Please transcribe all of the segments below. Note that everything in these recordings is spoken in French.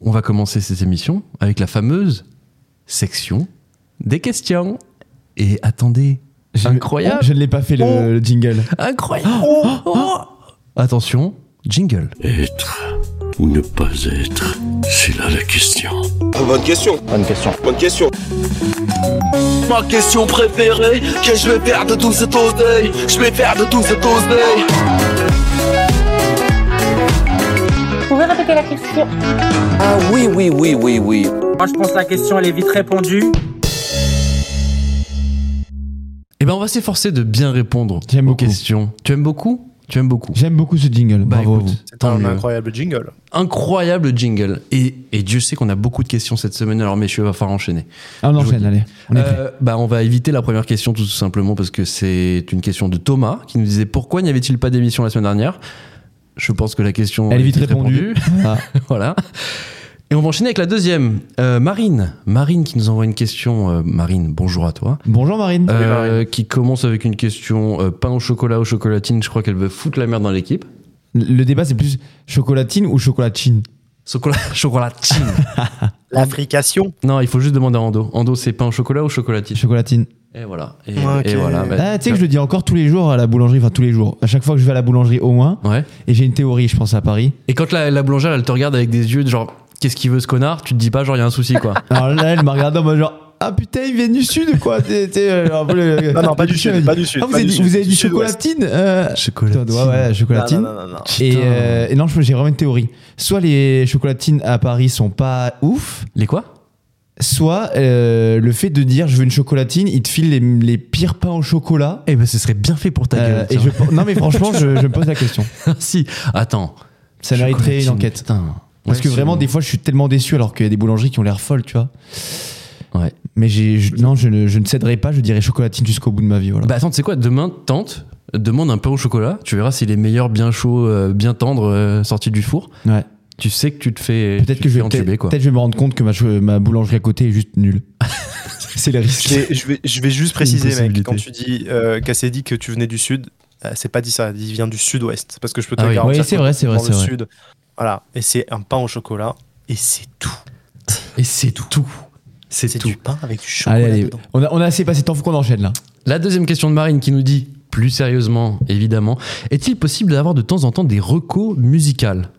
va commencer cette émission avec la fameuse section des questions. Et attendez, J'ai- Incroyable. Oh, Je ne l'ai pas fait le, Oh. le jingle. incroyable Oh, Attention, jingle. Être ou ne pas être, c'est là la question. Bonne question. Bonne question. Bonne question. Ma question préférée, que je vais faire de tout cet oseille, je vais faire de tout cet oseille. Vous pouvez répéter la question Ah oui, oui, oui, oui, oui. Moi, je pense que la question, elle est vite répondue. Eh ben, on va s'efforcer de bien répondre J'aime aux beaucoup. questions. Tu aimes beaucoup Tu aimes beaucoup J'aime beaucoup ce jingle. Bah, Bravo. écoute, C'est tant un mieux. incroyable jingle. Incroyable jingle. Et, et Dieu sait qu'on a beaucoup de questions cette semaine, alors messieurs, va falloir enchaîner. Ah, on Je enchaîne, vous- allez. On est prêt. Euh, bah, on va éviter la première question tout simplement parce que c'est une question de Thomas qui nous disait pourquoi n'y avait-il pas d'émission la semaine dernière Je pense que la question Elle est vite répondue. Ah. voilà. Et on va enchaîner avec la deuxième. Euh, Marine, Marine qui nous envoie une question. Euh, Marine, bonjour à toi. Bonjour Marine. Euh, qui commence avec une question euh, pain au chocolat ou chocolatine. Je crois qu'elle veut foutre la merde dans l'équipe. Le débat c'est plus chocolatine ou chocolatine Chocolat, chocolatine. L'africation. non, il faut juste demander à Ando. Ando, c'est pain au chocolat ou chocolatine Chocolatine. Et voilà. Et, Ok. et voilà. bah, Ah, tu sais que je le dis encore tous les jours à la boulangerie, enfin tous les jours. À chaque fois que je vais à la boulangerie au moins, Ouais. et j'ai une théorie, je pense à Paris. Et quand la, la boulangère, elle te regarde avec des yeux de genre, qu'est-ce qu'il veut ce connard Tu te dis pas, genre, il y a un souci, quoi. Alors là, elle m'a regardé en mode genre Ah putain, il vient du sud quoi T'es- t'es, euh, genre, le- Non, non, pas du le sud, elle pas dit, du sud, Ah, vous pas avez du dit, sud, vous avez du dit sud-ouest. chocolatine euh, Chocolat. putain, ouais, ouais, chocolatine. Non, non, non, non. Et, Putain. euh, et non, je- j'ai vraiment une théorie. Soit les chocolatines à Paris sont pas ouf, Les quoi soit euh, le fait de dire je veux une chocolatine, il te file les, les pires pains au chocolat. Eh ben, ce serait bien fait pour ta Euh, et je, non mais franchement, je, je me pose la question. si. Attends. Ça mériterait une Chocolatine, enquête. Putain. Parce Ouais, que c'est- vraiment, des fois, je suis tellement déçu alors qu'il y a des boulangeries qui ont l'air folles, tu vois. Ouais. Mais j'ai, je- non, je ne, je ne céderai pas, je dirai chocolatine jusqu'au bout de ma vie. Voilà. Bah, attends, tu sais quoi Demain, tente. Demande un pain au chocolat. Tu verras s'il est meilleur, bien chaud, euh, bien tendre, euh, sorti du four. Ouais. Tu sais que tu te fais. tu Peut-être te que je fais vais, entuber, quoi. peut-être je vais me rendre compte que ma, cho- ma boulangerie à côté est juste nulle. c'est le risque. Je, je vais, je vais juste préciser, possibilité. mec, quand tu dis euh, qu'Assez dit que tu venais du sud, euh, c'est pas dit ça, il vient du sud-ouest. Parce que je peux te Ah oui. garantir Oui, c'est que vrai, c'est vrai, dans c'est le vrai. sud. Voilà, et c'est un pain au chocolat, et c'est tout. Et c'est tout. C'est C'est tout. du pain avec du chocolat Allez, allez. dedans. On a, on a assez passé de temps, faut qu'on enchaîne là. La deuxième question de Marine qui nous dit, plus sérieusement évidemment, est-il possible d'avoir de temps en temps des recos musicales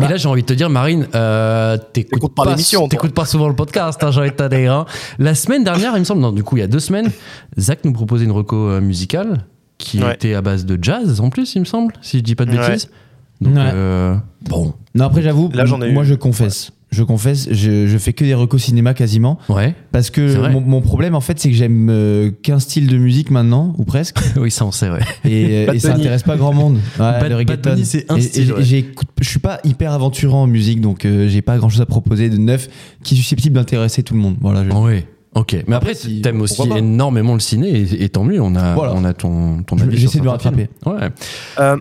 et là, j'ai envie de te dire, Marine, euh, t'écoutes Bah. T'écoutes pas pas, l'émission, toi. t'écoutes pas souvent le podcast, hein, j'ai envie de te dire, hein. La semaine dernière, il me semble, non, du coup, il y a deux semaines, Zach nous proposait une reco euh, musicale qui Ouais. était à base de jazz, en plus, il me semble, si je dis pas de Ouais. bêtises. Donc, Ouais. euh, bon, Non, après, j'avoue, Là, j'en ai moi, eu. je confesse. Je confesse, je, je fais que des recos cinéma quasiment. ouais. Parce C'est que vrai. mon, mon problème, en fait, c'est que j'aime euh, qu'un style de musique maintenant, ou presque. oui, ça, on sait, ouais. et, Bad et ça Bunny. intéresse pas grand monde. Ouais, Bad- le reggaeton. Bad Bunny, c'est un Et- et style, j'ai- ouais. j'écoute- Je suis pas hyper aventurant en musique, donc euh, j'ai pas grand chose à proposer de neuf qui est susceptible d'intéresser tout le monde. Voilà. je- Oui. Ok. Mais après, Après, si- t'aimes aussi pourquoi pas. énormément le ciné et, et tant mieux, on a, Voilà. on a ton, ton Je- avis. j'essaie sur de le certains films. Ouais. Euh,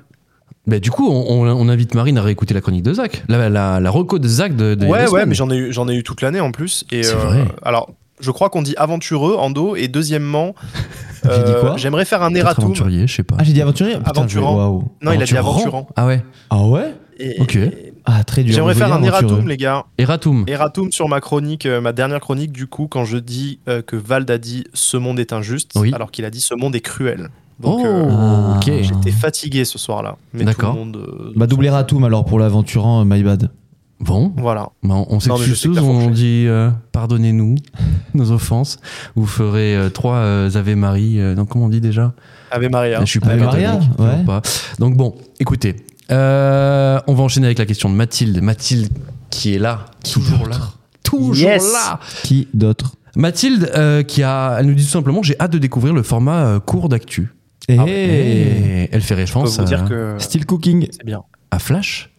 Bah, du coup, on, on- on invite Marine à réécouter la chronique de Zach. La, la, la reco de Zach de, de il y a Ouais, deux ouais, semaines. mais j'en ai eu, j'en ai eu toute l'année en plus. Et C'est euh, vrai. Alors, je crois qu'on dit aventureux en dos. Et deuxièmement, euh, J'ai dit quoi j'aimerais faire un Peut-être erratum. aventurier, je sais pas. Ah, j'ai dit aventurier. Putain, Aventurant. mais waouh. Non, il a hein. dit Aventurant. aventurant. Ah ouais. Ah ouais. Et- Ok. et- Ah très dur. J'aimerais Vous faire voyez, un aventureux. erratum, les gars. Erratum. Erratum sur ma chronique, euh, ma dernière chronique, du coup, quand je dis euh, que Vald a dit ce monde est injuste, Oui. alors qu'il a dit ce monde est cruel. Donc, oh, euh, Ah. ok. j'étais fatigué ce soir-là. Mais tout le D'accord. monde. euh, Bah double erratum alors pour l'aventurant, euh, my bad. Bon, Voilà. bah, on- on mais je s'excuse sais que tous, t'as on fourché. dit euh, pardonnez-nous nos offenses. Vous ferez euh, trois euh, Ave Marie. euh, non, comment on dit déjà Ave Maria. Je suis pas Ave catholique, Maria, je ouais. vois pas. Donc bon, écoutez, euh, on va enchaîner avec la question de Mathilde. Mathilde qui est là, toujours là, toujours Yes. là. Qui d'autre Mathilde euh, qui a, elle nous dit tout simplement, j'ai hâte de découvrir le format euh, court d'actu. Eh, Et elle fait Ah Je peux référence vous à, dire que Style cooking. c'est bien. à Flash,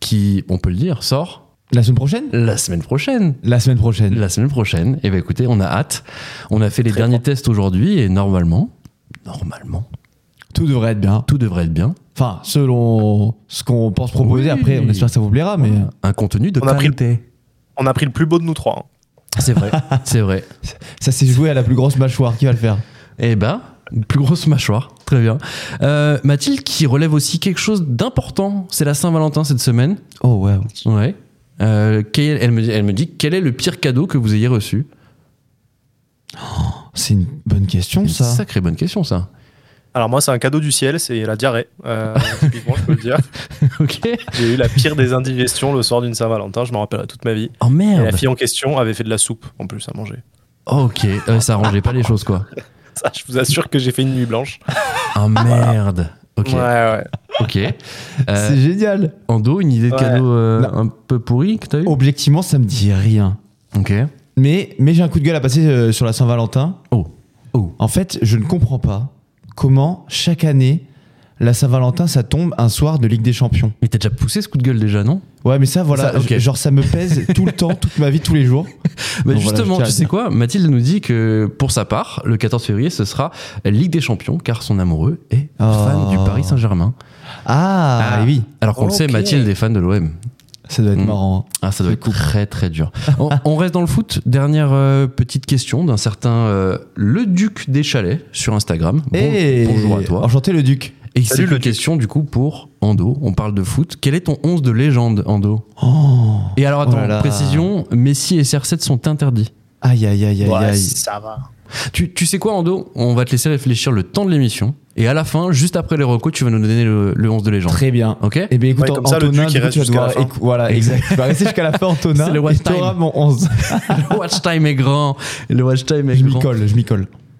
qui, on peut le dire, sort La semaine prochaine. la semaine prochaine. La semaine prochaine. La semaine prochaine. Et ben écoutez, on a hâte. On a fait les Très derniers tests aujourd'hui et normalement, normalement, Tout devrait être bien. tout devrait être bien. Enfin, selon ce qu'on pense proposer. Oui. Après, on espère que ça vous plaira, mais. Un contenu de On a pris le- qualité. On a pris le plus beau de nous trois. hein. C'est vrai, c'est vrai. Ça s'est joué à la plus grosse mâchoire. Qui va le faire Eh ben, une plus grosse mâchoire. Très bien. Euh, Mathilde qui relève aussi quelque chose d'important. C'est la Saint-Valentin cette semaine. Oh ouais. Ouais. euh, quel- elle, me, dit- elle me dit quel est le pire cadeau que vous ayez reçu C'est une bonne question, Une ça. sacrée bonne question, ça. Alors moi, c'est un cadeau du ciel, c'est la diarrhée. Euh, typiquement, je peux le dire. ok. J'ai eu la pire des indigestions le soir d'une Saint-Valentin, je m'en rappellerai toute ma vie. Oh Et la merde. fille en question avait fait de la soupe en plus à manger. Oh, ok, Euh, ça arrangeait pas les choses, quoi. Ça, je vous assure que j'ai fait une nuit blanche. Oh merde. Ok, Ouais, ouais. ok. Euh, C'est génial. Ando, une idée de Ouais. cadeau euh, Non. Oh. un peu pourri que t'as eu Objectivement, ça me dit rien. Ok. Mais, mais j'ai un coup de gueule à passer euh, sur la Saint-Valentin. Oh. Oh. En fait, je ne comprends pas comment chaque année la Saint-Valentin ça tombe un soir de Ligue des Champions. Mais t'as déjà poussé ce coup de gueule déjà, non Ouais, mais ça voilà, Ça, ok. j- genre ça me pèse tout le temps, toute ma vie, tous les jours. Bah Donc voilà, justement, je tiens à tu le sais dire. quoi Mathilde nous dit que pour sa part, le 14 février, ce sera Ligue des Champions, car son amoureux est Oh. fan du Paris Saint-Germain. Ah, Ah. oui, Alors qu'on le sait, Ok. Mathilde est fan de l'OM. ça doit être Mm. marrant. Ah, ça doit être très très dur. On, on reste dans le foot. Dernière euh, petite question d'un certain euh, Le Duc des Chalets sur Instagram. Bon- Et Bonjour à toi. Eh, Enchanté le duc. Et c'est Salut, une le Duc. question du coup pour Ando. On parle de foot. Quel est ton 11 de légende, Ando Oh. Et alors Oh attends, là là. précision, Messi et CR7 sont interdits. Aïe aïe aïe aïe Ouais, aïe. ça va. Tu, tu sais quoi, Ando On va te laisser réfléchir le temps de l'émission. Et à la fin, juste après les recos, tu vas nous donner le, le 11 de légende. Très bien. Ok Eh bien écoute, Ouais, comme ça, le Antonin, duc, du il coup, reste tu vas jusqu'à devoir la fin. éc- voilà, exact. Tu vas rester jusqu'à la fin Antonin. C'est le one et t'auras time. mon 11. Le watch time est grand. Le watch time est Je m'y grand. colle, je m'y colle.